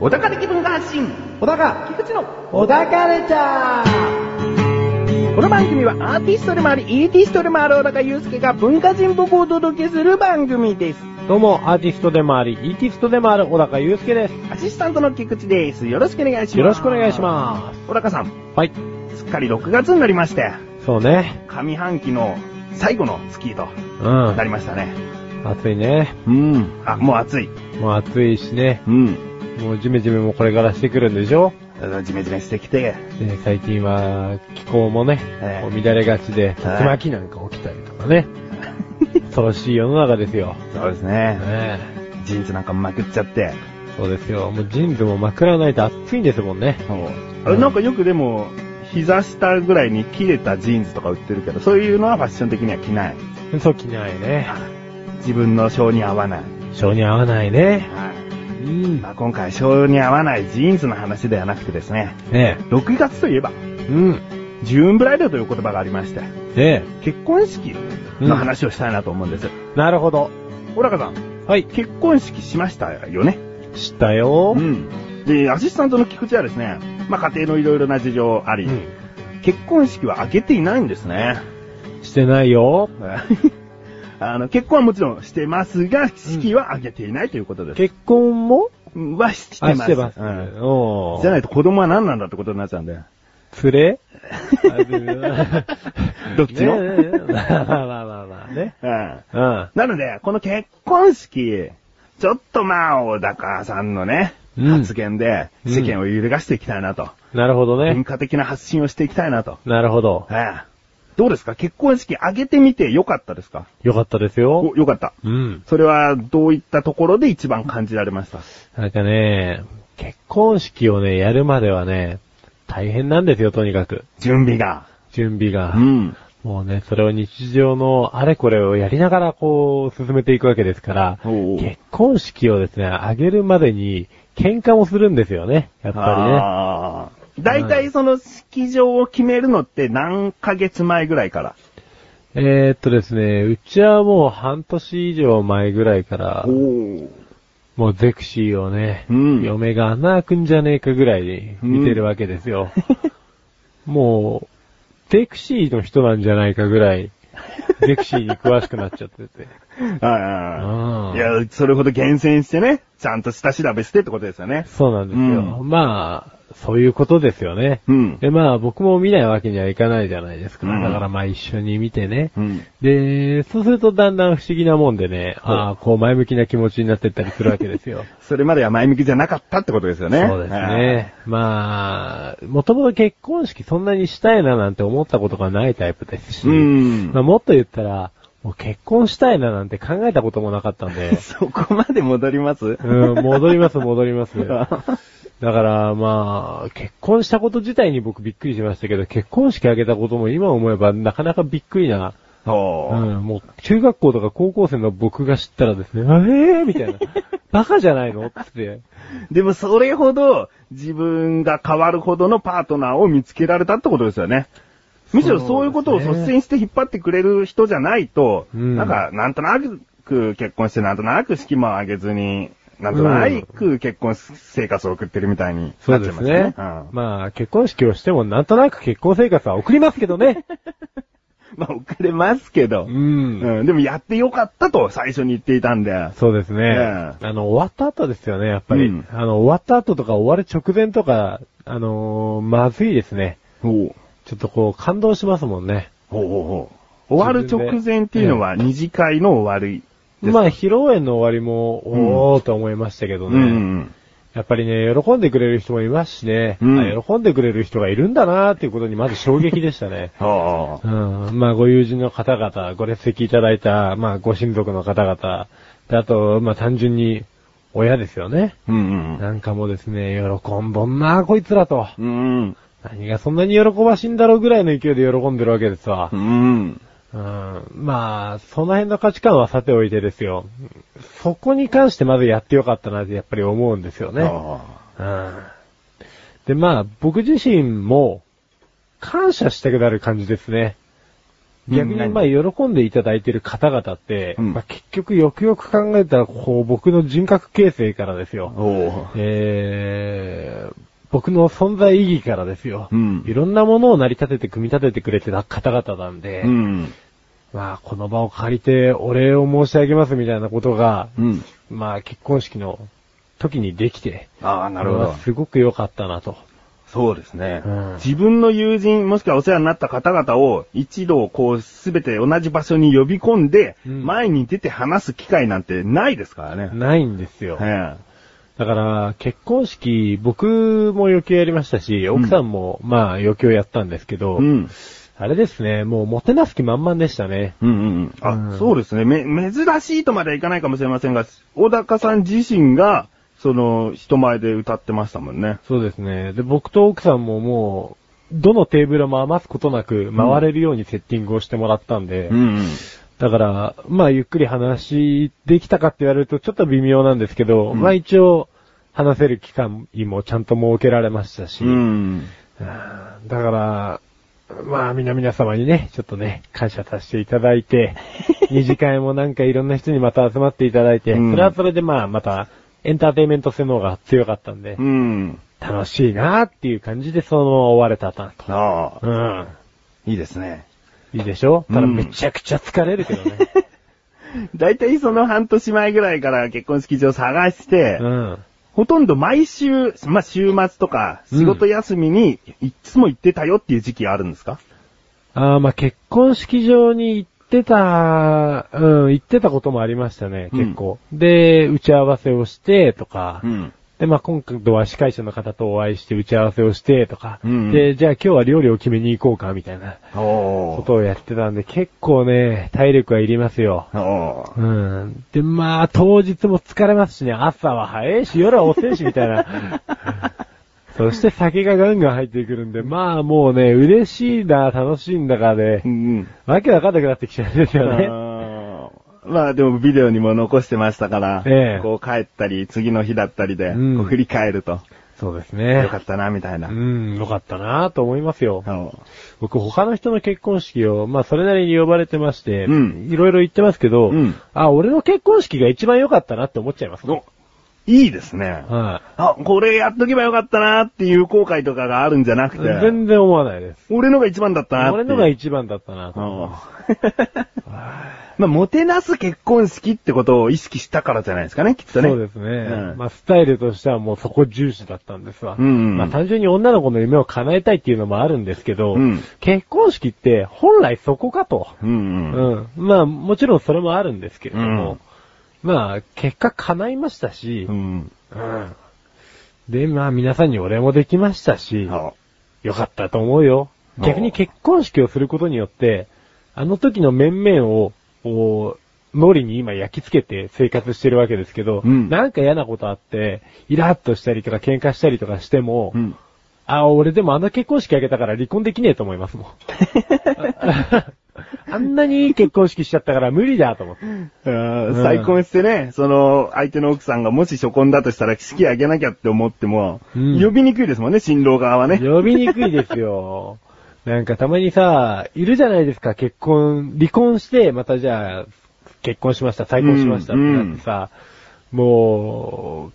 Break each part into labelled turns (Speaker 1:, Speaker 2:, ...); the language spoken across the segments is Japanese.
Speaker 1: 小高的文化発信小高菊池の
Speaker 2: 小高レチャー
Speaker 1: この番組はアーティストでもありイーティストでもある小高祐介が文化人っぽくお届けする番組です
Speaker 2: どうも、アーティストでもあり、イーティストでもある小高祐介です。
Speaker 1: アシスタントの菊池ですよろしくお願いします
Speaker 2: よろしくお願いします
Speaker 1: 小高さん
Speaker 2: す。はい。
Speaker 1: すっかり6月になりまして
Speaker 2: そうね。
Speaker 1: 上半期の最後の月と
Speaker 2: うん
Speaker 1: な。りましたね
Speaker 2: 暑いね。
Speaker 1: うんあもう暑い
Speaker 2: もう暑いしね。
Speaker 1: うん
Speaker 2: もうジメジメもこれからしてくるんでしょ
Speaker 1: ジメジメしてきて
Speaker 2: で最近は気候もね、
Speaker 1: ええ
Speaker 2: こう乱れがちで、竜
Speaker 1: はい
Speaker 2: 巻なんか起きたりとか ね。恐ろしい世の中ですよ。
Speaker 1: そうですね
Speaker 2: ね
Speaker 1: ジーンズなんかまくっちゃって
Speaker 2: えそうですよ。もうジーンズも枕ないと暑いんですもんね。
Speaker 1: そう。あれなんかよくでも、膝下ぐらいに切れたジーンズとか売ってるけど、そういうのはファッション的には着ない。
Speaker 2: 嘘着ないね。
Speaker 1: 自分の性に合わない。
Speaker 2: 性に合わないね。うん。
Speaker 1: まあ、今回、性に合わないジーンズの話ではなくてですね、
Speaker 2: ね
Speaker 1: 6月といえば、
Speaker 2: え。うん。
Speaker 1: ジューンブライドという言葉がありまして、
Speaker 2: ね
Speaker 1: 結婚式の話をしたいなと思うんです。
Speaker 2: え。なるほど。
Speaker 1: 小高さん、
Speaker 2: はい。
Speaker 1: 結婚式しましたよね。
Speaker 2: 知ったよ。
Speaker 1: ん。で、アシスタントの菊池はですね、まあ、家庭のいろいろな事情あり、
Speaker 2: うん
Speaker 1: 結婚式は開けていないんですね。
Speaker 2: してないよ。
Speaker 1: あの、結婚はもちろんしてますが、式は挙げていないということです。
Speaker 2: 結婚も
Speaker 1: うん、はして
Speaker 2: あ
Speaker 1: ます。
Speaker 2: してます。
Speaker 1: う。
Speaker 2: うんん。おー
Speaker 1: じゃないと子供は何なんだってことになっちゃうんで。
Speaker 2: 連れ
Speaker 1: どっちの
Speaker 2: ねえまあまあまあまあね。
Speaker 1: うん。
Speaker 2: うん。
Speaker 1: なので、この結婚式、ちょっとまあ、小高さんのね、
Speaker 2: うん
Speaker 1: 発言で世間を揺るがしていきたいなと。
Speaker 2: なるほど
Speaker 1: 文
Speaker 2: ね。
Speaker 1: 化的な発信をしていきたいなと。
Speaker 2: なるほど。
Speaker 1: うんどうですか結婚式挙げてみてよかったですか
Speaker 2: よかったですよ。
Speaker 1: お、よかった。
Speaker 2: うん。
Speaker 1: それはどういったところで一番感じられました
Speaker 2: なんかね、結婚式をね、やるまではね、大変なんですよ、とにかく。
Speaker 1: 準備が。
Speaker 2: 準備が
Speaker 1: う。ん。
Speaker 2: もうね、それを日常のあれこれをやりながらこう、進めていくわけですから、
Speaker 1: おうおう
Speaker 2: 結婚式をですね、あげるまでに、喧嘩もするんですよね、やっぱ
Speaker 1: あー大体その式場を決めるのって何ヶ月前ぐらいから。
Speaker 2: りね。えー、っとですね、うちはもう半年以上前ぐらいから、
Speaker 1: お。
Speaker 2: もうゼクシーをね、
Speaker 1: うん
Speaker 2: 嫁が穴開くんじゃねえかぐらいに見てるわけですよ。もう、ゼクシーの人なんじゃないかぐらい、ゼクシーに詳しくなっちゃってて。
Speaker 1: あ
Speaker 2: う
Speaker 1: あ。
Speaker 2: ん
Speaker 1: いや、それほど厳選してね、ちゃんと下調べしてってことですよね。
Speaker 2: そうなんですよ。
Speaker 1: う
Speaker 2: まあ、そういうことですよね。
Speaker 1: うん
Speaker 2: で、まあ、僕も見ないわけにはいかないじゃないですか。
Speaker 1: うん
Speaker 2: だからまあ、一緒に見てね。
Speaker 1: うん。
Speaker 2: で、そうするとだんだん不思議なもんでね、
Speaker 1: ほう
Speaker 2: ああ、こう前向きな気持ちになってったりするわけですよ。
Speaker 1: それまでは前向きじゃなかったってことですよ ね。
Speaker 2: そうですね。まあ、もともと結婚式そんなにしたいななんて思ったことがないタイプですし、
Speaker 1: うん
Speaker 2: まあ、もっと言ったら、もう結婚したいななんて考えたこともなかったん で
Speaker 1: はい。、 そこまで戻ります
Speaker 2: うん、戻ります、戻り ます。だから、まあ、結婚したこと自体に僕びっくりしましたけど、結婚式挙げたことも今思えばなかなかびっくりな。う
Speaker 1: そ
Speaker 2: ん、もう中学校とか高校生の僕が知ったらですね、ええー、みた いな。バカじゃないのって。
Speaker 1: う。でもそれほど自分が変わるほどのパートナーを見つけられたってことですよね。むしろそういうことを率先して引っ張ってくれる人じゃないと、
Speaker 2: うん
Speaker 1: なんか、なんとなく結婚して、なんとなく式も上げずに、なんとなく結婚生活を送ってるみたいに
Speaker 2: そ
Speaker 1: なっ
Speaker 2: う
Speaker 1: ちゃ
Speaker 2: で
Speaker 1: い
Speaker 2: す
Speaker 1: ますよね
Speaker 2: ね。。まあ、結婚式をしてもなんとなく結婚生活は送りますけ どね。
Speaker 1: うんまあ、遅れますけど、
Speaker 2: うん。
Speaker 1: うんでもやってよかったと最初に言っていたんで。
Speaker 2: そうです
Speaker 1: ね
Speaker 2: ね。あの、終わった後ですよね、やっぱり。
Speaker 1: うん
Speaker 2: あの、終わった後とか終わる直前とか、あのーまずいですね。
Speaker 1: ほう
Speaker 2: ちょっとこう、感動しますもんね。
Speaker 1: ほうほうほう終わる直前っていうのは二次会の終わりですか
Speaker 2: まあ、披露宴の終わりも、
Speaker 1: うん
Speaker 2: おーと思いましたけど
Speaker 1: う
Speaker 2: ね。
Speaker 1: んうん
Speaker 2: やっぱりね、喜んでくれる人もいますしね、
Speaker 1: うん。
Speaker 2: あ喜んでくれる人がいるんだなーっていうことにまず衝撃でしたね
Speaker 1: ああ
Speaker 2: うん、まあ、ご友人の方々、ご列席いただいた、まあ、ご親族の方々、であと、まあ、単純に、親ですよね。
Speaker 1: うんうん
Speaker 2: なんかもですね、喜んどんなーこいつらと。
Speaker 1: うん。うん
Speaker 2: 何がそんなに喜ばしいんだろうぐらいの勢いで喜んでるわけですわ
Speaker 1: う。ん。
Speaker 2: うんまあ、その辺の価値観はさておいてですよ。そこに関してまずやってよかったなってやっぱり思うんですよね。
Speaker 1: ああ
Speaker 2: うんで、まあ、僕自身も、感謝したくなる感じですね。逆に、まあ、喜んでいただいてる方々って、
Speaker 1: うん
Speaker 2: まあ、結局、よくよく考えたら、こう、僕の人格形成からですよ。
Speaker 1: おう
Speaker 2: えー、僕の存在意義からですよ。
Speaker 1: うん
Speaker 2: いろんなものを成り立てて組み立ててくれてた方々なんで、
Speaker 1: うん。
Speaker 2: まあ、この場を借りてお礼を申し上げますみたいなことが、
Speaker 1: うん。
Speaker 2: まあ、結婚式の時にできて、
Speaker 1: ああ、なるほ
Speaker 2: これ
Speaker 1: ど
Speaker 2: は。すごく良かったなと。
Speaker 1: そうですね、
Speaker 2: うん
Speaker 1: 自分の友人、もしくはお世話になった方々を一度こうすべて同じ場所に呼び込んで、
Speaker 2: うん
Speaker 1: 前に出て話す機会なんてないですからね。
Speaker 2: ないんですよ。
Speaker 1: え
Speaker 2: だから、結婚式、僕も余興やりましたし、奥さんも、まあ、余興やったんですけ
Speaker 1: え
Speaker 2: ど、
Speaker 1: うん。
Speaker 2: あれですね、もう、もてなす気満々でしたね。
Speaker 1: うんうんうん。あ、
Speaker 2: うん
Speaker 1: そうですね。め、珍しいとまではいかないかもしれませんが、小高さん自身が、その、人前で歌ってましたもんね。
Speaker 2: そうですね。で、僕と奥さんももう、どのテーブルも余すことなく回れるようにセッティングをしてもらったんで、
Speaker 1: うん、うん。
Speaker 2: だから、まあゆっくり話できたかって言われるとちょっと微妙なんですけど、
Speaker 1: うん
Speaker 2: まあ一応話せる期間にもちゃんと設けられましたし、
Speaker 1: うん。
Speaker 2: あーだから、まあ皆々様にね、ちょっとね、感謝させていただ いて、二次会もなんかいろんな人にまた集まっていただいて、
Speaker 1: うん
Speaker 2: それはそれでまあまたエンターテインメント性の方が強かったんで、
Speaker 1: うん。
Speaker 2: 楽しいなーっていう感じでそのまま終われたなと。
Speaker 1: ああ、
Speaker 2: うん。
Speaker 1: いいですね。
Speaker 2: いいでしょただ
Speaker 1: うん
Speaker 2: めちゃくちゃ疲れるけどね。
Speaker 1: だいたいその半年前ぐらいから結婚式場探して、
Speaker 2: うん。
Speaker 1: ほとんど毎週、まあ、週末とか、
Speaker 2: うん
Speaker 1: 仕事休みに、いつも行ってたよっていう時期あるんですか
Speaker 2: ああ、まあ結婚式場に行ってた、うん、行ってたこともありましたね、
Speaker 1: うん
Speaker 2: 結構。で、打ち合わせをして、とか。
Speaker 1: ん。
Speaker 2: で、まあ今度は司会者の方とお会いして打ち合わせをして、とか。
Speaker 1: うんうん
Speaker 2: で、じゃあ今日は料理を決めに行こうか、みたいなこ
Speaker 1: おー。
Speaker 2: とをやってたんで、結構ね、体力はいりますよ。
Speaker 1: おー。
Speaker 2: うん。で、まあ、当日も疲れますしね、朝は早いし、夜は遅いし、みたいな。そして酒がガンガン入ってくるんで、まあもうね、嬉しいな、楽しいんだからね
Speaker 1: う、ん。
Speaker 2: わけわかんなくなってきちゃうんですよね。
Speaker 1: あーまあでもビデオにも残してましたから、
Speaker 2: ええ
Speaker 1: こう帰ったり、次の日だったりで、
Speaker 2: うん
Speaker 1: こう振り返ると、
Speaker 2: そうですね
Speaker 1: よ。かったな、みたいな。
Speaker 2: うん、よかったなと思いますよ
Speaker 1: あ。の
Speaker 2: 僕、他の人の結婚式を、まあ、それなりに呼ばれてまして、
Speaker 1: うん
Speaker 2: いろいろ言ってますけど、
Speaker 1: うん
Speaker 2: あ、俺の結婚式が一番良かったなって思っちゃいます。
Speaker 1: おいいですね。
Speaker 2: は
Speaker 1: あ、これやっとけばよかったなっていう後悔とかがあるんじゃなく
Speaker 2: い。
Speaker 1: て、
Speaker 2: 全然思わないです。
Speaker 1: 俺のが一番だったなっていう。
Speaker 2: 俺のが一番だったなと。
Speaker 1: うんまあ、もてなす結婚式ってことを意識したからじゃないですかね、きっとね。
Speaker 2: そうですね。
Speaker 1: うん
Speaker 2: まあ、スタイルとしてはもうそこ重視だったんですわ。
Speaker 1: うんうん
Speaker 2: まあ、単純に女の子の夢を叶えたいっていうのもあるんですけど、
Speaker 1: うん
Speaker 2: 結婚式って本来そこかと。
Speaker 1: うんうん。
Speaker 2: うん。まあ、もちろんそれもあるんですけれど
Speaker 1: う
Speaker 2: も、まあ、結果叶いましたし、
Speaker 1: うん。
Speaker 2: うん。で、まあ、皆さんにお礼もできましたし、
Speaker 1: は
Speaker 2: よかったと思うよ。
Speaker 1: お
Speaker 2: 逆に結婚式をすることによって、あの時の面々を、こう、脳裏に今焼き付けて生活してるわけですけど、
Speaker 1: うん
Speaker 2: なんか嫌なことあって、イラッとしたりとか喧嘩したりとかしても、
Speaker 1: うん。
Speaker 2: あ、俺でもあの結婚式あげたから離婚できねえと思いますもん。あんなにいい結婚式しちゃったから無理だと思って。
Speaker 1: うん再婚してね、その、相手の奥さんがもし初婚だとしたら式あげなきゃって思っても、
Speaker 2: うん
Speaker 1: 呼びにくいですもんね、新郎側はね。
Speaker 2: 呼びにくいですよ。なんかたまにさ、いるじゃないですか、結婚、離婚して、またじゃあ、結婚しました、再婚しましたってなってさ、もう、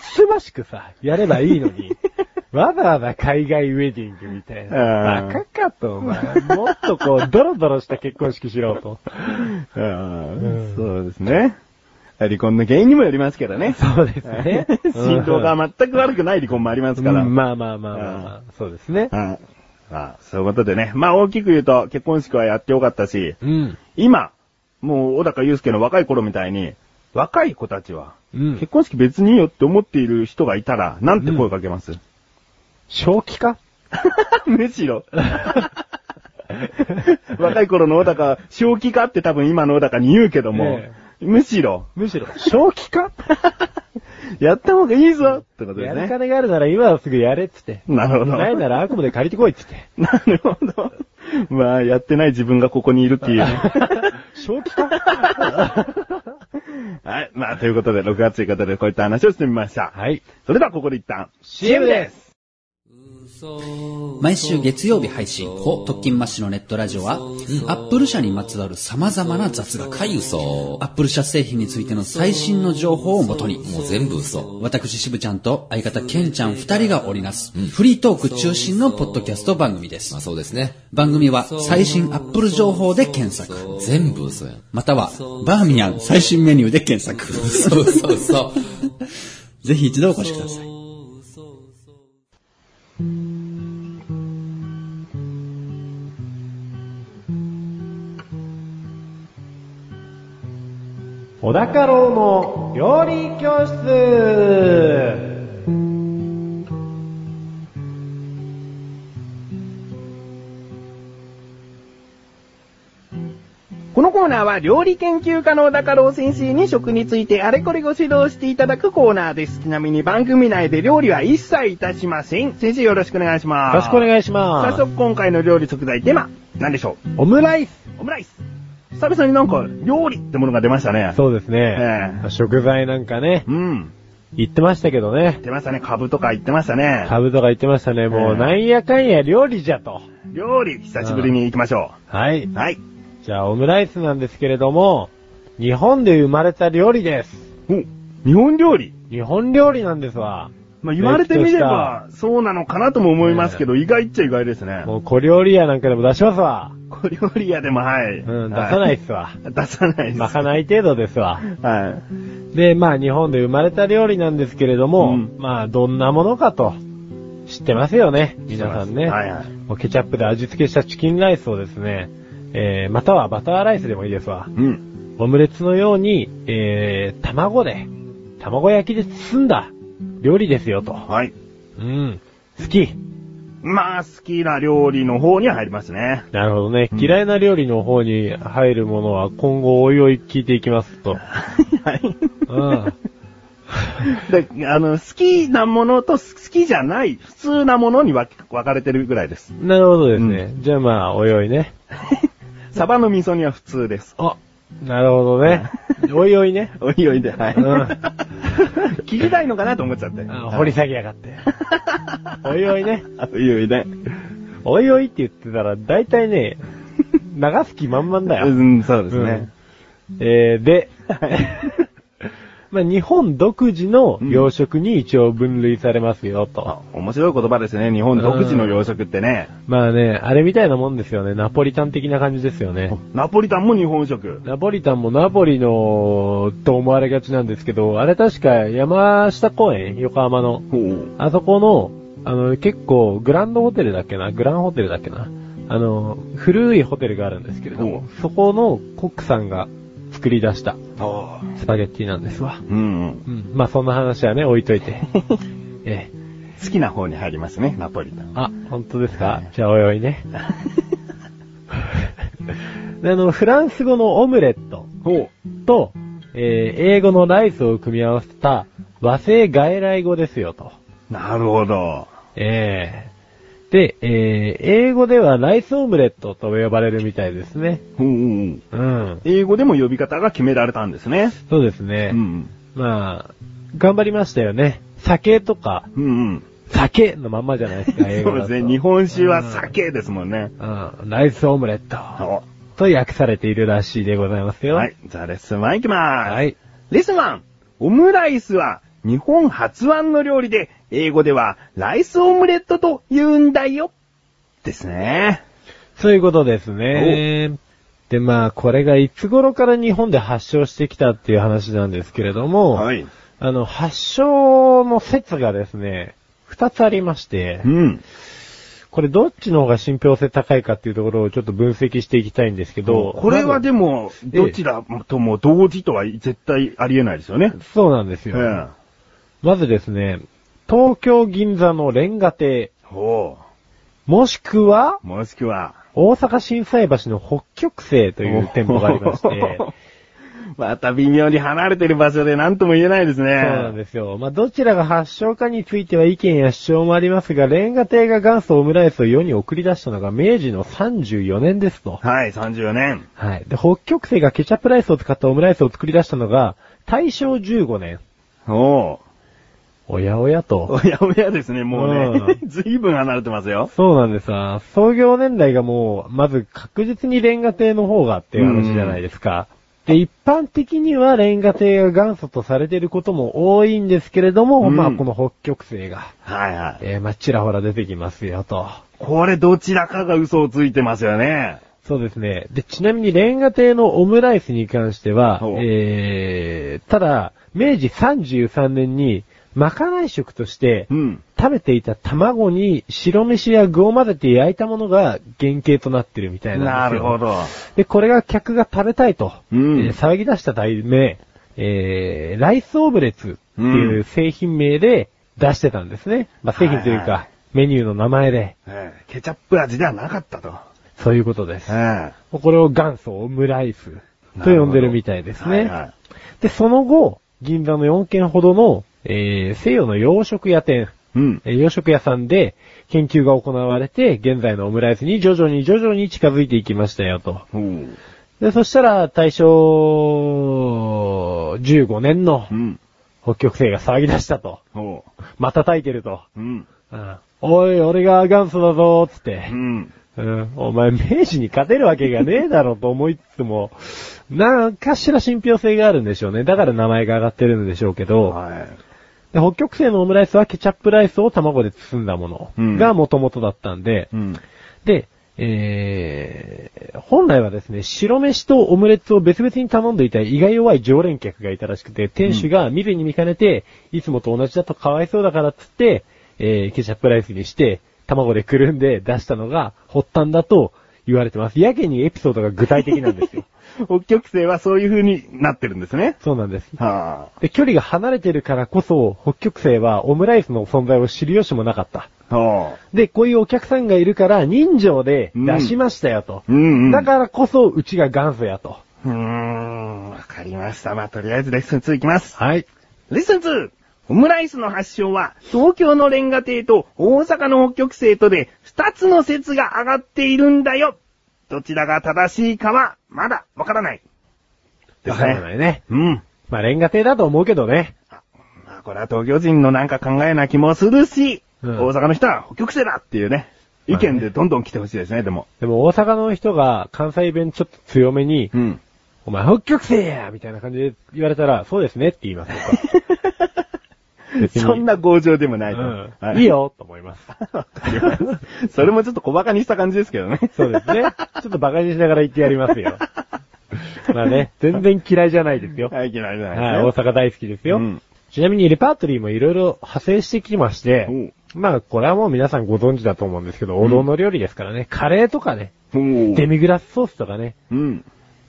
Speaker 2: つつましくさ、やればいいのに、わざわざ海外ウェディングみたいな。
Speaker 1: うん
Speaker 2: バカかと、お前。もっとこう、ドロドロした結婚式しろと。
Speaker 1: うん
Speaker 2: うん
Speaker 1: そうですね。離婚の原因にもよりますけどね。。
Speaker 2: そうです ね
Speaker 1: 新郎が全く悪くない離婚もありますから。
Speaker 2: うんまあまあまあまあまあ、そうですね。
Speaker 1: はいまあ、そういうことでね。まあ大きく言うと、結婚式はやってよかったし、
Speaker 2: うん。
Speaker 1: 今、もう小高祐介の若い頃みたいに、若い子たちは、
Speaker 2: うん
Speaker 1: 結婚式別にいいよって思っている人がいたら、なんて声かけます、
Speaker 2: 正気か
Speaker 1: むしろ。 若い頃の小高、正気かって多分今の小高に言うけども、
Speaker 2: え
Speaker 1: むしろ、
Speaker 2: むしろ、正気か
Speaker 1: やった方がいいぞってことで
Speaker 2: や
Speaker 1: す
Speaker 2: る
Speaker 1: ね。
Speaker 2: 金があるなら今はすぐやれっつって。
Speaker 1: なるほど。
Speaker 2: ないなら悪夢で借りてこいっつって。
Speaker 1: なるほど。まあ、やってない自分がここにいるっていうね。
Speaker 2: 正気 か
Speaker 1: はい。まあ、ということで、6月ということで、こういった話をしてみました。
Speaker 2: はい。
Speaker 1: それでは、ここで一旦、
Speaker 2: CM です
Speaker 3: 毎週月曜日配信、こ、特勤マッシュのネットラジオは、アップル社にまつわる様々な雑学。
Speaker 4: はい、嘘
Speaker 3: ア。ップル社製品についての最新の情報をもとに、
Speaker 4: もう全部嘘。
Speaker 3: 私、しぶちゃんと相方、けんちゃん二人が織りなす、フリートーク中心のポッドキャスト番組で
Speaker 4: ますあ。そうですね。
Speaker 3: 番組は最新アップル情報で検索。
Speaker 4: 全部嘘やん。
Speaker 3: または、バーミヤン最新メニューで検索。
Speaker 4: 嘘嘘嘘。
Speaker 3: ぜひ一度お越しください。
Speaker 2: 小高郎の料理教室
Speaker 1: このコーナーは料理研究家の小高郎先生に食についてあれこれご指導していただくコーナーです。ちなみに番組内で料理は一切いたしません。先生よろしくお願いします。
Speaker 2: よろしくお願い
Speaker 1: 早
Speaker 2: します。
Speaker 1: 速今回の料理食材テーマ、何でしょう
Speaker 2: オムライス
Speaker 1: オムライス久々になんか料理ってものが出ましたね。う。
Speaker 2: そうですね。
Speaker 1: え
Speaker 2: 食材なんかね、
Speaker 1: うん。
Speaker 2: 言ってましたけどね。
Speaker 1: 出ましたね。株とか言ってましたね。
Speaker 2: 株とか言ってましたね。も
Speaker 1: え
Speaker 2: う
Speaker 1: え
Speaker 2: なんやかんや料理じゃと。
Speaker 1: 料理、久しぶりに行きましょ
Speaker 2: はい。
Speaker 1: う。はい。
Speaker 2: じゃあオムライスなんですけれども、日本で生まれた料理です。
Speaker 1: お、日本料理。
Speaker 2: 日本料理なんですわ。
Speaker 1: まあ、言われてみれば、そうなのかなとも思いますけど、意外っちゃ意外ですね。
Speaker 2: もう小料理屋なんかでも出しますわ。
Speaker 1: 小料理屋でも、はい。
Speaker 2: うん、出さないっ すわ。
Speaker 1: はい。出さないです。
Speaker 2: まかない程度ですわ。
Speaker 1: はい。
Speaker 2: で、まあ日本で生まれた料理なんですけれども、
Speaker 1: うん
Speaker 2: まあどんなものかと、知ってますよね、皆さんね。
Speaker 1: はいはい
Speaker 2: もうケチャップで味付けしたチキンライスをですね、えー、またはバターライスでもいいですわ。
Speaker 1: うん。
Speaker 2: オムレツのように、えー、卵で、卵焼きで包んだ料理ですよと。
Speaker 1: はい。
Speaker 2: うん。好き。
Speaker 1: まあ、好きな料理の方には入りますね。
Speaker 2: なるほどね。
Speaker 1: うん
Speaker 2: 嫌いな料理の方に入るものは今後おいおい聞いていきますと。
Speaker 1: はい。
Speaker 2: うん。
Speaker 1: で、あの、好きなものと好きじゃない、普通なものに分け分かれてるぐらいです。
Speaker 2: なるほどですね。じゃあまあ、おいおいね。
Speaker 1: サバの味噌煮は普通です。
Speaker 2: あ、なるほどね。おいおいね。
Speaker 1: おいおいで、はい。
Speaker 2: う
Speaker 1: 聞きたいのかなと思っちゃって。
Speaker 2: あ掘り下げやがって。おいおいね。
Speaker 1: あおいおいで。
Speaker 2: おいおいって言ってたら、大体ね、流す気満々だ
Speaker 1: う
Speaker 2: よ。
Speaker 1: ん、そうですね。
Speaker 2: えー、で、まあ、日本独自の養殖に一応分類されますよ、
Speaker 1: あ
Speaker 2: と。
Speaker 1: 面白い言葉ですね。日本独自の養殖ってね。
Speaker 2: まあね、あれみたいなもんですよね。ナポリタン的な感じですよね。
Speaker 1: ナポリタンも日本食。
Speaker 2: ナポリタンもナポリの、と思われがちなんですけど、あれ確か山下公園、横浜の。
Speaker 1: ほう。
Speaker 2: あそこの、あの、結構、グランドホテルだっけなグランホテルだっけなあの、古いホテルがあるんですけれども、そこのコックさんが作り出した
Speaker 1: ああ。
Speaker 2: スパゲッティなんですわ。
Speaker 1: うんうん。
Speaker 2: うん。まあ、そんな話はね、置いと いて。ええ。
Speaker 1: 好きな方に入りますね、ナポリタン。
Speaker 2: あ、本当ですかじゃあ、おいお いね。であの、フランス語のオムレット
Speaker 1: ほ
Speaker 2: と、えー英語のライスを組み合わせた和製外来語ですよ、と。
Speaker 1: う。なるほど。
Speaker 2: ええで、えー英語ではライスオムレットと呼ばれるみたいですね。
Speaker 1: ほうほう。
Speaker 2: うん。
Speaker 1: 英語でも呼び方が決められたんですね。
Speaker 2: そうですね。
Speaker 1: うん
Speaker 2: まあ、頑張りましたよね。酒とか、
Speaker 1: うん。うんうん。
Speaker 2: 酒のまんまじゃないですか、英語
Speaker 1: そう
Speaker 2: だ
Speaker 1: で
Speaker 2: と。
Speaker 1: すね。日本酒は酒ですもんね。
Speaker 2: うん。ライスオムレット
Speaker 1: は
Speaker 2: と訳されているらしいでございますよ。
Speaker 1: い。。じゃあレッスン1行きます。
Speaker 2: はい。
Speaker 1: レッスン 1! オムライスは日本発案の料理で、英語ではライスオムレットと言うんだよ。ですね。
Speaker 2: そういうことですね。で、まあ、これがいつ頃から日本で発祥してきたっていう話なんですけれども、
Speaker 1: い。
Speaker 2: あの、発祥の説がですね、二つありまして
Speaker 1: う、ん。
Speaker 2: これどっちの方が信憑性高いかっていうところをちょっと分析していきたいんですけど、
Speaker 1: これはで
Speaker 2: も、
Speaker 1: も、
Speaker 2: ええ
Speaker 1: どちらとも同時とは絶対ありえないですよね。
Speaker 2: そうなんです
Speaker 1: え
Speaker 2: よ。
Speaker 1: え。
Speaker 2: まずですね、東京銀座のレンガ亭、
Speaker 1: ほ
Speaker 2: もしくは、
Speaker 1: う。もしくは、
Speaker 2: 大阪震災橋の北極星という店舗があり まして、そう
Speaker 1: また微妙に離れてる場所で何とも言えないですね。
Speaker 2: なんですよ。まあ、どちらが発祥かについては意見や主張もありますが、レンガ亭が元祖オムライスを世に送り出したのが明治の34年ですと。
Speaker 1: はい、34年。
Speaker 2: はい。で、北極星がケチャップライスを使ったオムライスを作り出したのが、大正15年。
Speaker 1: おう。
Speaker 2: おやおやと。
Speaker 1: おやおやですね、もうね。
Speaker 2: う
Speaker 1: ずいぶん離れてますよ。
Speaker 2: そうなんでさ、創業年代がもう、まず確実にレンガ亭の方がっていう話じゃないですか。で、一般的にはレンガ亭が元祖とされていることも多いんですけれども、
Speaker 1: うん
Speaker 2: まあこの北極星が、
Speaker 1: はいはい。
Speaker 2: えーまあちらほら出てきますよと。
Speaker 1: これどちらかが嘘をついてますよね。
Speaker 2: そうですね。で、ちなみにレンガ亭のオムライスに関しては
Speaker 1: ほう、
Speaker 2: えー、ただ、明治33年に、まかない食として
Speaker 1: う、ん。
Speaker 2: 食べていた卵に白飯や具を混ぜて焼いたものが原型となってるみたいな
Speaker 1: なん
Speaker 2: です
Speaker 1: る
Speaker 2: よ。
Speaker 1: ほ。ど。
Speaker 2: で、これが客が食べたいと、
Speaker 1: うん
Speaker 2: えー騒ぎ出した題名、えー、ライスオブレツっていううん製品名で出してたんですね。まあ、製品という
Speaker 1: はいは
Speaker 2: か、メニューの名前で、
Speaker 1: ええケチャップ味ではなかったと。
Speaker 2: そういうことです。
Speaker 1: え
Speaker 2: これを元祖オムライス
Speaker 1: え
Speaker 2: と呼んでるみたいですね。
Speaker 1: はいはい
Speaker 2: で、その後、銀座の4軒ほどの、えー、西洋の洋食屋店、
Speaker 1: うん。
Speaker 2: えー洋食屋さんで研究が行われて、現在のオムライスに徐々に徐々に近づいていきましたよと。
Speaker 1: ほう
Speaker 2: で、そしたら、大正15年の
Speaker 1: うん。
Speaker 2: 北極星が騒ぎ出したと。
Speaker 1: ほ
Speaker 2: また叩いてると。
Speaker 1: う。うん。
Speaker 2: うんおい、俺が元祖だぞーつっ
Speaker 1: う
Speaker 2: て。
Speaker 1: ん。
Speaker 2: うん、お前、明治に勝てるわけがねえだろと思いつつも、なんかしら信憑性があるんでしょうね。だから名前が上がってるんでしょうけど、
Speaker 1: はい。
Speaker 2: で北極星のオムライスはケチャップライスを卵で包んだも
Speaker 1: う
Speaker 2: の
Speaker 1: ん
Speaker 2: が元々だったんで、
Speaker 1: うん。
Speaker 2: で、えー、本来はですね、白飯とオムレツを別々に頼んでいた胃が弱い常連客がいたらしくて、店主が見るに見かねて、いつもと同じだとかわいそうだからっつって、えー、ケチャップライスにして、卵でくるんで出したのが発端だと言われてます。やけにエピソードが具体的なんです よ。
Speaker 1: 北極星はそういう風になってるんですね。
Speaker 2: そうなんです。
Speaker 1: は
Speaker 2: で、距離が離れてるからこそ、北極星はオムライスの存在を知る由もなかった。
Speaker 1: あ。ほ
Speaker 2: で、こういうお客さんがいるから人情で出しましたよと。
Speaker 1: う。うん、うん。
Speaker 2: だからこそ、うちが元祖やと。
Speaker 1: うーん、わかりました。まあ、とりあえずレッスン2いきます。
Speaker 2: はい。
Speaker 1: レッスン 2! オムライスの発祥は、東京のレンガ亭と大阪の北極星とで、二つの説が上がっているんだよどちらが正しいかは、まだわからない。
Speaker 2: わからないね。
Speaker 1: うん。
Speaker 2: まあ、レンガ亭だと思うけどね。
Speaker 1: まあ、これは東京人のなんか考えな気もするし、
Speaker 2: うん
Speaker 1: 大阪の人は北極星だっていうね、意見でどんどん来てほしいですね、でも。
Speaker 2: でも大阪の人が関西弁ちょっと強めに、
Speaker 1: うん。
Speaker 2: お前北極星やみたいな感じで言われたら、そうですねって言います 僕は
Speaker 1: そんな強情でもな
Speaker 2: う
Speaker 1: いと。
Speaker 2: ん
Speaker 1: はい
Speaker 2: い。よと思います。
Speaker 1: わかります それもちょっと小馬鹿にした感じですけどね。
Speaker 2: そうですね。ちょっと馬鹿にしながら言ってやりますよ。まあね、全然嫌いじゃないですよ。
Speaker 1: はい、いけないじゃないですね。
Speaker 2: はい、大阪大好きですよ。
Speaker 1: うん
Speaker 2: ちなみにレパートリーもいろいろ派生してきまして、まあこれはもう皆さんご存知だと思うんですけど、王道の料理ですからね、カレーとかね、
Speaker 1: お
Speaker 2: デミグラスソースとかね、
Speaker 1: うん。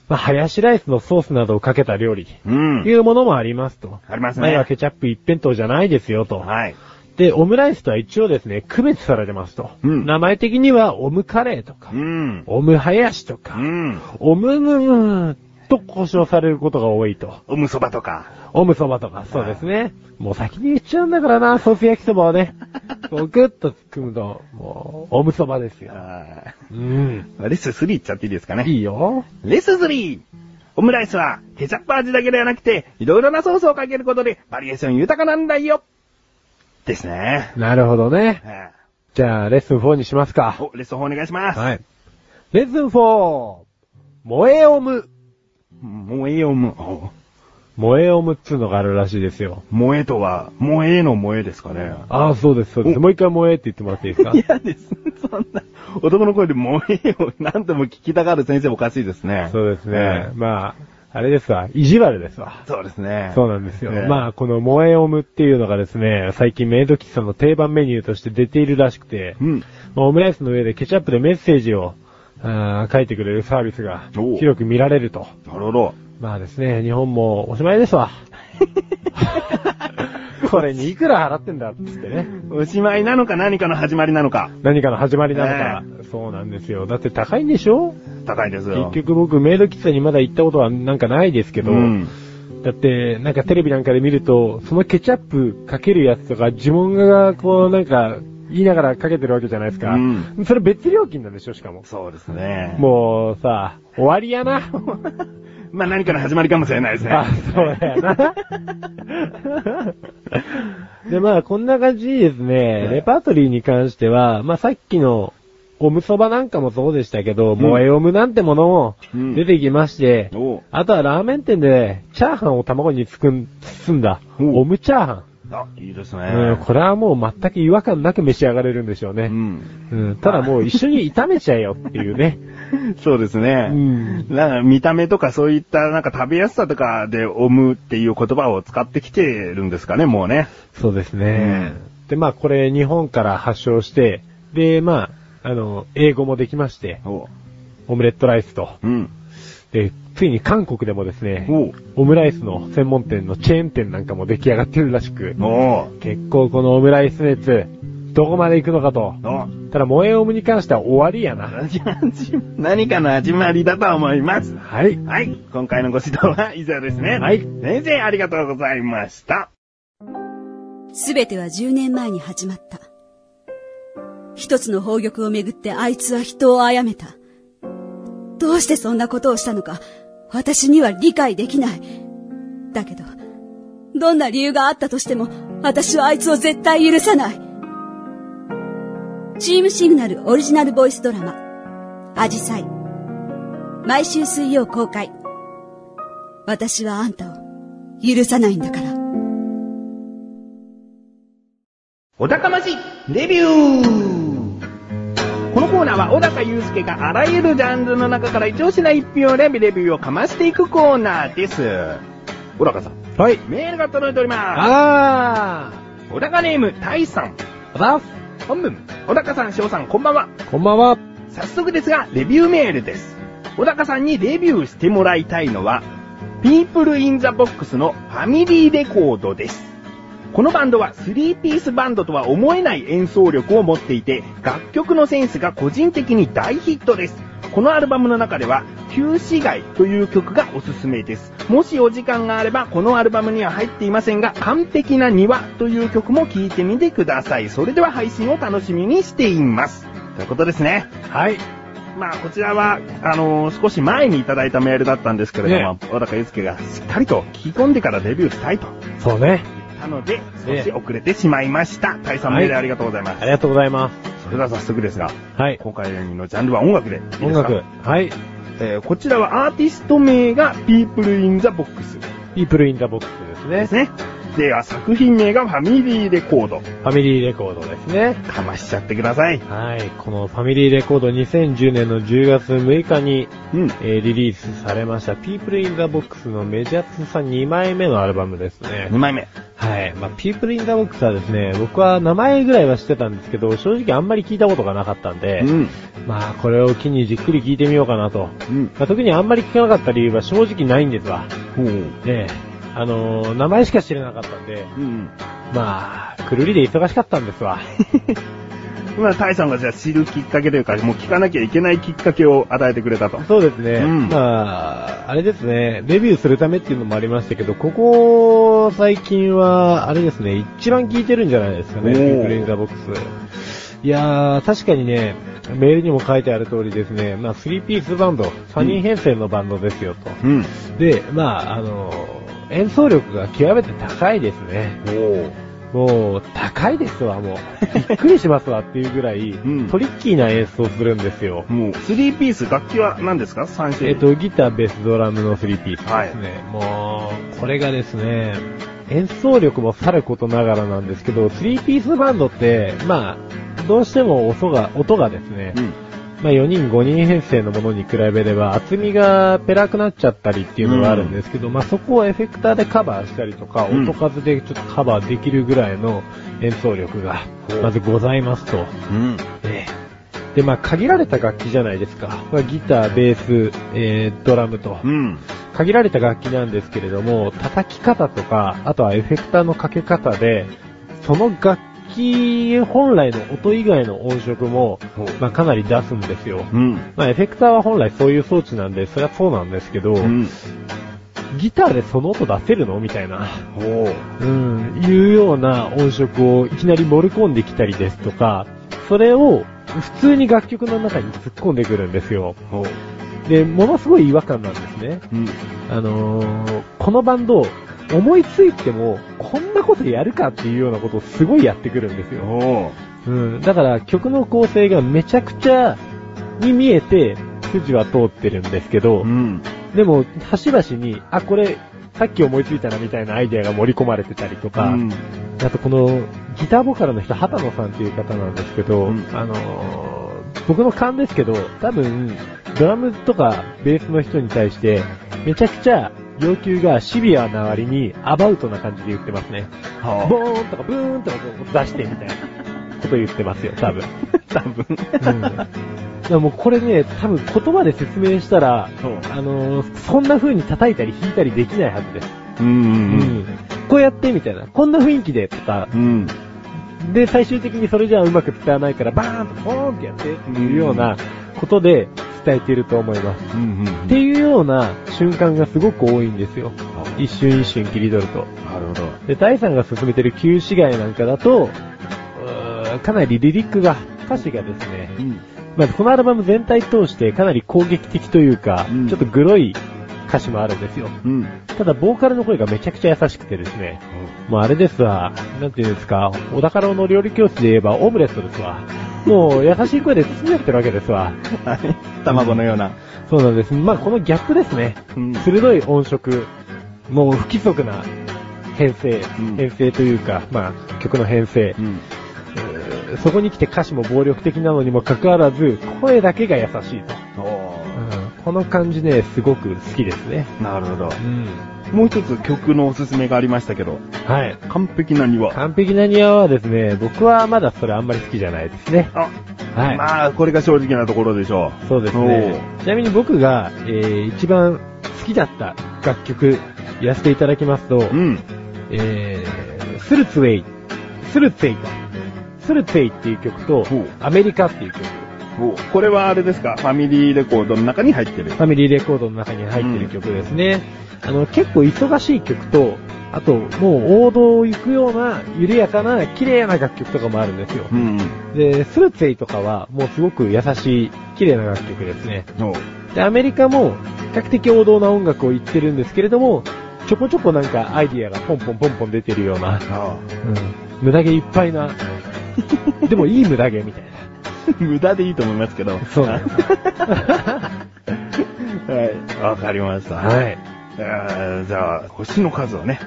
Speaker 2: まあハヤシライスのソースなどをかけた料理、
Speaker 1: うん。
Speaker 2: いうものもありますと。
Speaker 1: ありますね
Speaker 2: 前はケチャップ一辺倒じゃないですよと。
Speaker 1: はい。
Speaker 2: で、オムライスとは一応ですね、区別されてますと。
Speaker 1: うん
Speaker 2: 名前的にはオムカレーとか、
Speaker 1: うん。
Speaker 2: オムハヤシと
Speaker 1: う
Speaker 2: か、
Speaker 1: ん。
Speaker 2: オムムムと呼称されることが多いと。
Speaker 1: おむそばとか。
Speaker 2: オムそばとか、そうですね。もう先に言っちゃうんだからな、ソース焼きそばはね。こうグッと組むと、もう、オムそばですよ。
Speaker 1: あ
Speaker 2: うん。
Speaker 1: ーレッスン3いっちゃっていいですかね。
Speaker 2: いいよ。
Speaker 1: レッスン 3! オムライスは、ケチャップ味だけではなくて、いろいろなソースをかけることで、バリエーション豊かなんだよですね。
Speaker 2: なるほどね。
Speaker 1: は
Speaker 2: じゃあ、レッスン4にします
Speaker 1: い
Speaker 2: か。
Speaker 1: お、レッスン4お願いします。
Speaker 2: はい。レッスン 4! 萌えオム。
Speaker 1: 萌えオム。お
Speaker 2: 萌えオムっつうのがあるらしいですよ。
Speaker 1: 萌えとは、萌えの萌えですかね。
Speaker 2: ああ、そうです、そうです。
Speaker 1: お
Speaker 2: もう一回萌えって言ってもらっていいですか
Speaker 1: 嫌です。そんな、男の声で萌えを何度も聞きたがる先生おかしいですね。
Speaker 2: そうですね
Speaker 1: え。
Speaker 2: まあ、あれですわ。意地悪ですわ
Speaker 1: え。。そうですね。
Speaker 2: そうなんですよ。
Speaker 1: ええ
Speaker 2: まあ、この萌えオムっていうのがですね、最近メイド喫茶の定番メニューとして出ているらしくて、
Speaker 1: うん。
Speaker 2: まあオムライスの上でケチャップでメッセージを、あー書いてくれるサービスが
Speaker 1: おう
Speaker 2: 広く見られると。
Speaker 1: なるほど。
Speaker 2: まあですね、日本もおしま いですわ。これにいくら払ってんだっつってね。
Speaker 1: おしまいなのか何かの始まりなのか。
Speaker 2: 何かの始まりなのか。そうなんですよ。だって高いんでしょ
Speaker 1: 高いですよ。
Speaker 2: 結局僕メイド喫茶にまだ行ったことはなんかないですけど、
Speaker 1: うん。
Speaker 2: だって、なんかテレビなんかで見ると、そのケチャップかけるやつとか、呪文がこうなんか言いながらかけてるわけじゃないですか。
Speaker 1: うん
Speaker 2: それ別料金なんでしょ、しかも。
Speaker 1: そうですね。
Speaker 2: もうさ、終わりやな。
Speaker 1: まあ何かの始まりかもしれないですね。
Speaker 2: あ、そうだよな。で、まあ、こんな感じですね。レパートリーに関しては、まあ、さっきの、おむそばなんかもそうでしたけど、
Speaker 1: ん
Speaker 2: 萌えおむなんてものも
Speaker 1: うん
Speaker 2: 出てきまして、
Speaker 1: おう
Speaker 2: あとはラーメン店で、チャーハンを卵につくん、包んだ、
Speaker 1: おう
Speaker 2: おむチャーハ
Speaker 1: あ、いいですね。
Speaker 2: ン、うん。これはもう全く違和感なく召し上がれるんでしょう
Speaker 1: う
Speaker 2: ね。
Speaker 1: ん。
Speaker 2: うん、ただもう一緒に炒めちゃえよっていうね。
Speaker 1: そうです
Speaker 2: う
Speaker 1: ね。
Speaker 2: ん。
Speaker 1: なんか見た目とかそういったなんか食べやすさとかでオムっていう言葉を使ってきてるんですかね、もうね。
Speaker 2: そうですね。で、まあこれ日本から発祥して、で、まあ、あの、英語もできまして、
Speaker 1: おう
Speaker 2: オムレットライスと。
Speaker 1: うん。
Speaker 2: で、ついに韓国でもですね、
Speaker 1: おう
Speaker 2: オムライスの専門店のチェーン店なんかも出来上がってるらしく、
Speaker 1: おう
Speaker 2: 結構このオムライス熱、どこまで行くのかと。
Speaker 1: おう
Speaker 2: ただ、萌えオムに関しては終わりやな。
Speaker 1: 何かの始まりだと思います。
Speaker 2: はい。
Speaker 1: はい。今回のご指導は以上ですね。
Speaker 2: はい
Speaker 1: 先生、ありがとうございました。
Speaker 5: すべては10年前に始まった。一つの宝玉をめぐってあいつは人を殺めた。どうしてそんなことをしたのか、私には理解できない。だけど、どんな理由があったとしても、私はあいつを絶対許さない。チームシグナルオリジナルボイスドラマ、アジサイ。毎週水曜公開。私はあんたを許さないんだから。
Speaker 1: お高ましレビューこのコーナーは小高祐介があらゆるジャンルの中から一押しな一票でレビューをかましていくコーナーです。小高さん、
Speaker 2: はい。
Speaker 1: メールが届いておりま
Speaker 2: あ
Speaker 1: す。小高ネーム、タイさん。
Speaker 2: ーあ
Speaker 1: 本文、小高さん、翔さん、こんばんは。
Speaker 2: こんばんは。
Speaker 1: 早速ですが、レビューメールです。小高さんにレビューしてもらいたいのは、People in the Box のファミリーレコードです。このバンドは3ピースバンドとは思えない演奏力を持っていて、楽曲のセンスが個人的に大ヒットです。このアルバムの中では、旧市街という曲がおすすめです。もしお時間があれば、このアルバムには入っていませんが、完璧な庭という曲も聴いてみてください。それでは配信を楽しみにしています。ということですね。
Speaker 2: はい。
Speaker 1: まあ、こちらは、あのー少し前にいただいたメールだったんですけれども、小高祐介がしっかりと聞き込んでからデビューしたいと言
Speaker 2: そうね。
Speaker 1: ったので、
Speaker 2: え
Speaker 1: 少
Speaker 2: え
Speaker 1: し遅れてしまいました。大さん
Speaker 2: はい
Speaker 1: メールありがとうございます。
Speaker 2: ありがとうございます。
Speaker 1: それでは早速ですが、
Speaker 2: はい。
Speaker 1: 今回のジャンルは音楽でいいですか
Speaker 2: 音楽。、はい。
Speaker 1: えーこちらはアーティスト名が People in the Box
Speaker 2: ピープルインザボックスで
Speaker 1: ですす
Speaker 2: ね。
Speaker 1: ね。では作品名がファミリーレコード。
Speaker 2: ファミリーレコードですね。
Speaker 1: かましちゃってください。
Speaker 2: はい。このファミリーレコード2010年の10月6日に、
Speaker 1: うん。
Speaker 2: えーリリースされました People in the Box のメジャー通算2枚目のアルバムですね
Speaker 1: 2。枚目。
Speaker 2: はい。まあ、People in the Box はですね、僕は名前ぐらいは知ってたんですけど、正直あんまり聞いたことがなかったんで、
Speaker 1: うん。
Speaker 2: まあこれを機にじっくり聞いてみようかなと。
Speaker 1: うん。
Speaker 2: まあ、特にあんまり聞かなかった理由は正直ないんですわ。
Speaker 1: ほう。
Speaker 2: ねえ。あのー名前しか知らなかったんで、
Speaker 1: うん。
Speaker 2: まあ、くるりで忙しかったんですわ。
Speaker 1: まあ、タイさんがじゃあ知るきっかけというか、もう聞かなきゃいけないきっかけを与えてくれたと。
Speaker 2: そうですね。
Speaker 1: うん
Speaker 2: まあ、あれですね、レビューするためっていうのもありましたけど、ここ最近は、あれですね、一番聞いてるんじゃないですかね、
Speaker 1: おー
Speaker 2: ピンクレンザーボックス。いやー、確かにね、メールにも書いてある通りですね、まあ、3ピースバンド、3人編成のバンドですよと。
Speaker 1: うん。
Speaker 2: で、まあ、あのー演奏力が極めて高いですね。
Speaker 1: おお。
Speaker 2: もう、高いですわ、もう。びっくりしますわっていうぐらい、
Speaker 1: うん
Speaker 2: トリッキーな演奏するんですよ。
Speaker 1: もう、3ピース、楽器は何ですか ?3 種類。
Speaker 2: えっ、と、ギター、ベース、ドラムの3ピースですね。もう、これがですね、演奏力もさることながらなんですけど、3ピースバンドって、まあ、どうしても音が、音がですね、
Speaker 1: うん。
Speaker 2: まあ4人5人編成のものに比べれば厚みがペラくなっちゃったりっていうのがあるんですけど、まあそこをエフェクターでカバーしたりとか、
Speaker 1: うん
Speaker 2: 音数でちょっとカバーできるぐらいの演奏力が
Speaker 1: ほう
Speaker 2: まずございますと。
Speaker 1: うん。
Speaker 2: ええで、まあ限られた楽器じゃないですか。まあギター、ベース、えードラムと。
Speaker 1: うん。
Speaker 2: 限られた楽器なんですけれども、叩き方とか、あとはエフェクターのかけ方で、その楽器本来の音以外の音色も
Speaker 1: ほう、
Speaker 2: まあ、かなり出すんですよ。
Speaker 1: うん。
Speaker 2: まあ、エフェクターは本来そういう装置なんで、それはそうなんですけど、
Speaker 1: うん。
Speaker 2: ギターでその音出せるのみたいな、
Speaker 1: ほ
Speaker 2: うん、いうような音色をいきなり盛り込んできたりですとか、それを普通に楽曲の中に突っ込んでくるんですよ。
Speaker 1: う。ほう。
Speaker 2: で、ものすごい違和感なんですね。
Speaker 1: うん。
Speaker 2: あのーこのバンド、思いついても、こんなことやるかっていうようなことをすごいやってくるんですよ。
Speaker 1: おー
Speaker 2: うん。だから曲の構成がめちゃくちゃに見えて、筋は通ってるんですけど、
Speaker 1: うん。
Speaker 2: でも、端々に、あ、これ、さっき思いついたなみたいなアイデアが盛り込まれてたりとか、
Speaker 1: うん
Speaker 2: あとこの、ギターボーカルの人、畑野さんっていう方なんですけど、
Speaker 1: うん
Speaker 2: あのー僕の勘ですけど、多分、ドラムとかベースの人に対して、めちゃくちゃ要求がシビアな割にアバウトな感じで言ってますね。
Speaker 1: は
Speaker 2: ボーンとかブーンとかこう出してみたいなこと言ってますよ、多分。
Speaker 1: あ、 多分。
Speaker 2: うん。だからもうこれね、多分言葉で説明したら、
Speaker 1: そう。
Speaker 2: あのーそんな風に叩いたり弾いたりできないはずです。
Speaker 1: うん。
Speaker 2: こうやってみたいな。こんな雰囲気でとか、
Speaker 1: うん。
Speaker 2: で、最終的にそれじゃあうまく伝わないから、バーンとポーンってやってっていうようなことで伝えていると思います。
Speaker 1: うん。
Speaker 2: っ
Speaker 1: ん
Speaker 2: ていうような瞬間がすごく多いんですよ。一瞬一瞬切り取ると。
Speaker 1: なるほど。
Speaker 2: で、第3が進めてる旧市街なんかだと、うーんかなりリリックが、歌詞がですね、
Speaker 1: うん。
Speaker 2: まずこのアルバム全体通してかなり攻撃的というか、
Speaker 1: うん
Speaker 2: ちょっとグロい歌詞もあるんですよ。
Speaker 1: うん。
Speaker 2: ただ、ボーカルの声がめちゃくちゃ優しくてですね。もうあれですわ。なんていうんですか、小高郎の料理教室で言えばオムレットですわ。もう優しい声で包んでやってるわけですわ。
Speaker 1: はい。卵のような。
Speaker 2: そうなんです。まあこのギャップですね。
Speaker 1: うん
Speaker 2: 鋭い音色。もう不規則な編成
Speaker 1: うん。
Speaker 2: 編成というか、まあ曲の編成。
Speaker 1: うん。
Speaker 2: そこに来て歌詞も暴力的なのにもかかわらず、声だけが優しいと。
Speaker 1: お
Speaker 2: うんこの感じね、すごく好きですね。
Speaker 1: ーなるほど。
Speaker 2: うん。
Speaker 1: もう一つ曲のおすすめがありましたけど、
Speaker 2: はい。
Speaker 1: 完璧な庭。
Speaker 2: 完璧な庭はですね、僕はまだそれあんまり好きじゃないですね。
Speaker 1: あ、
Speaker 2: はい。
Speaker 1: まあ、これが正直なところでしょう。
Speaker 2: そうですね。ちなみに僕が、えー、一番好きだった楽曲、やらせていただきますと
Speaker 1: おー。、うん。
Speaker 2: えー、スルツウェイ、スルツェイか。スルツェイっていう曲と
Speaker 1: ほう、
Speaker 2: アメリカっていう曲、
Speaker 1: これはあれですかファミリーレコードの中に入ってる
Speaker 2: フ。ァミリーレコードの中に入ってる曲ですね。あの、結構忙しい曲と、あと、もう王道を行くような、緩やかな、綺麗な楽曲とかもあるんですよ。
Speaker 1: うん。
Speaker 2: で、スルツェイとかは、もうすごく優しい、綺麗な楽曲ですね。
Speaker 1: おう
Speaker 2: で、アメリカも比較的王道な音楽を言ってるんですけれども、ちょこちょこなんかアイディアがポンポンポンポン出てるような、
Speaker 1: あ
Speaker 2: うん、無駄毛いっぱい な、でもいい無駄毛みたいな。
Speaker 1: あ無駄でいいと思いますけど。
Speaker 2: そうなんですよ
Speaker 1: はい。わかりました。
Speaker 2: はい。
Speaker 1: えーじゃあ、星の数はね、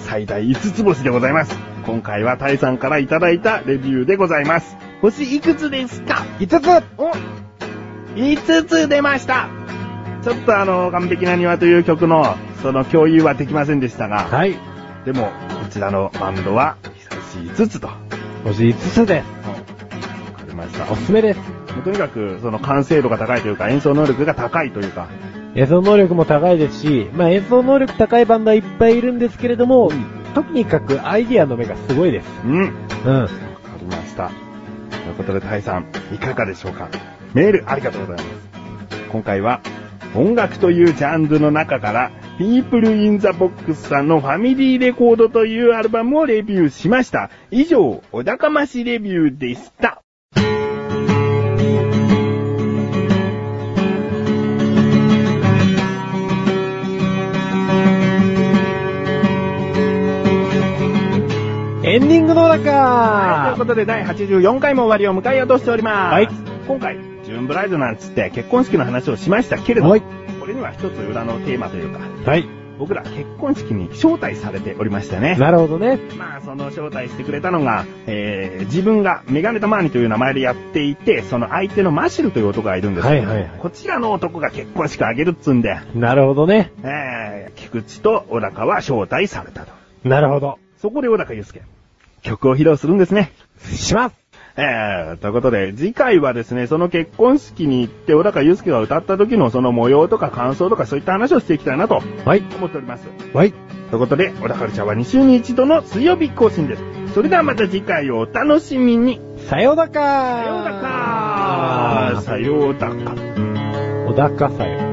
Speaker 1: 最大5つ星でございます。今回はタイさんからいただいたレビューでございます。星いくつですか
Speaker 2: 5つ
Speaker 1: お !5 つ出ましたちょっとあの、完璧な庭という曲の、その共有はできませんでしたが、
Speaker 2: はい。
Speaker 1: でも、こちらのバンドは、久しい5つと。わ
Speaker 2: 星5つです。
Speaker 1: かりました。
Speaker 2: おすすめです。
Speaker 1: とにかく、その完成度が高いというか、演奏能力が高いというか、
Speaker 2: 演奏能力も高いですし、まあ演奏能力高いバンドはいっぱいいるんですけれども、とにかくアイディアの目がすごいです。
Speaker 1: うん、
Speaker 2: うん。
Speaker 1: わかりました。ということで、タイさん、いかがでしょうかメールありがとうございます。今回は、音楽というジャンルの中から、People in the Box さんのファミリーレコードというアルバムをレビューしました。以上、お高ましレビューでした。
Speaker 2: エンディングの中
Speaker 1: はい、ということで第84回も終わりを迎えようとしております。
Speaker 2: はい
Speaker 1: 今回、ジューンブライドなんつって結婚式の話をしましたけれど、
Speaker 2: はい
Speaker 1: これには一つ裏のテーマというか、
Speaker 2: はい。
Speaker 1: 僕ら結婚式に招待されておりましてね。
Speaker 2: なるほどね。
Speaker 1: まあ、その招待してくれたのが、えー、自分がメガネとマーニという名前でやっていて、その相手のマシルという男がいるんですけど、
Speaker 2: はいはいはい
Speaker 1: こちらの男が結婚式あげるっつうんで、
Speaker 2: なるほどね。
Speaker 1: えー、菊池と小高は招待されたと。
Speaker 2: なるほど。
Speaker 1: そこで小高祐介、曲を披露するんですね。
Speaker 2: します
Speaker 1: えー、ということで、次回はですね、その結婚式に行って、小高祐介が歌った時のその模様とか感想とかそういった話をしていきたいなと
Speaker 2: はい。
Speaker 1: 思っております。
Speaker 2: はい。
Speaker 1: ということで、小高ルチャーは2週に1度の水曜日更新です。それではまた次回をお楽しみに。
Speaker 2: さようだか
Speaker 1: さようだかさようだか
Speaker 2: おだかさよ。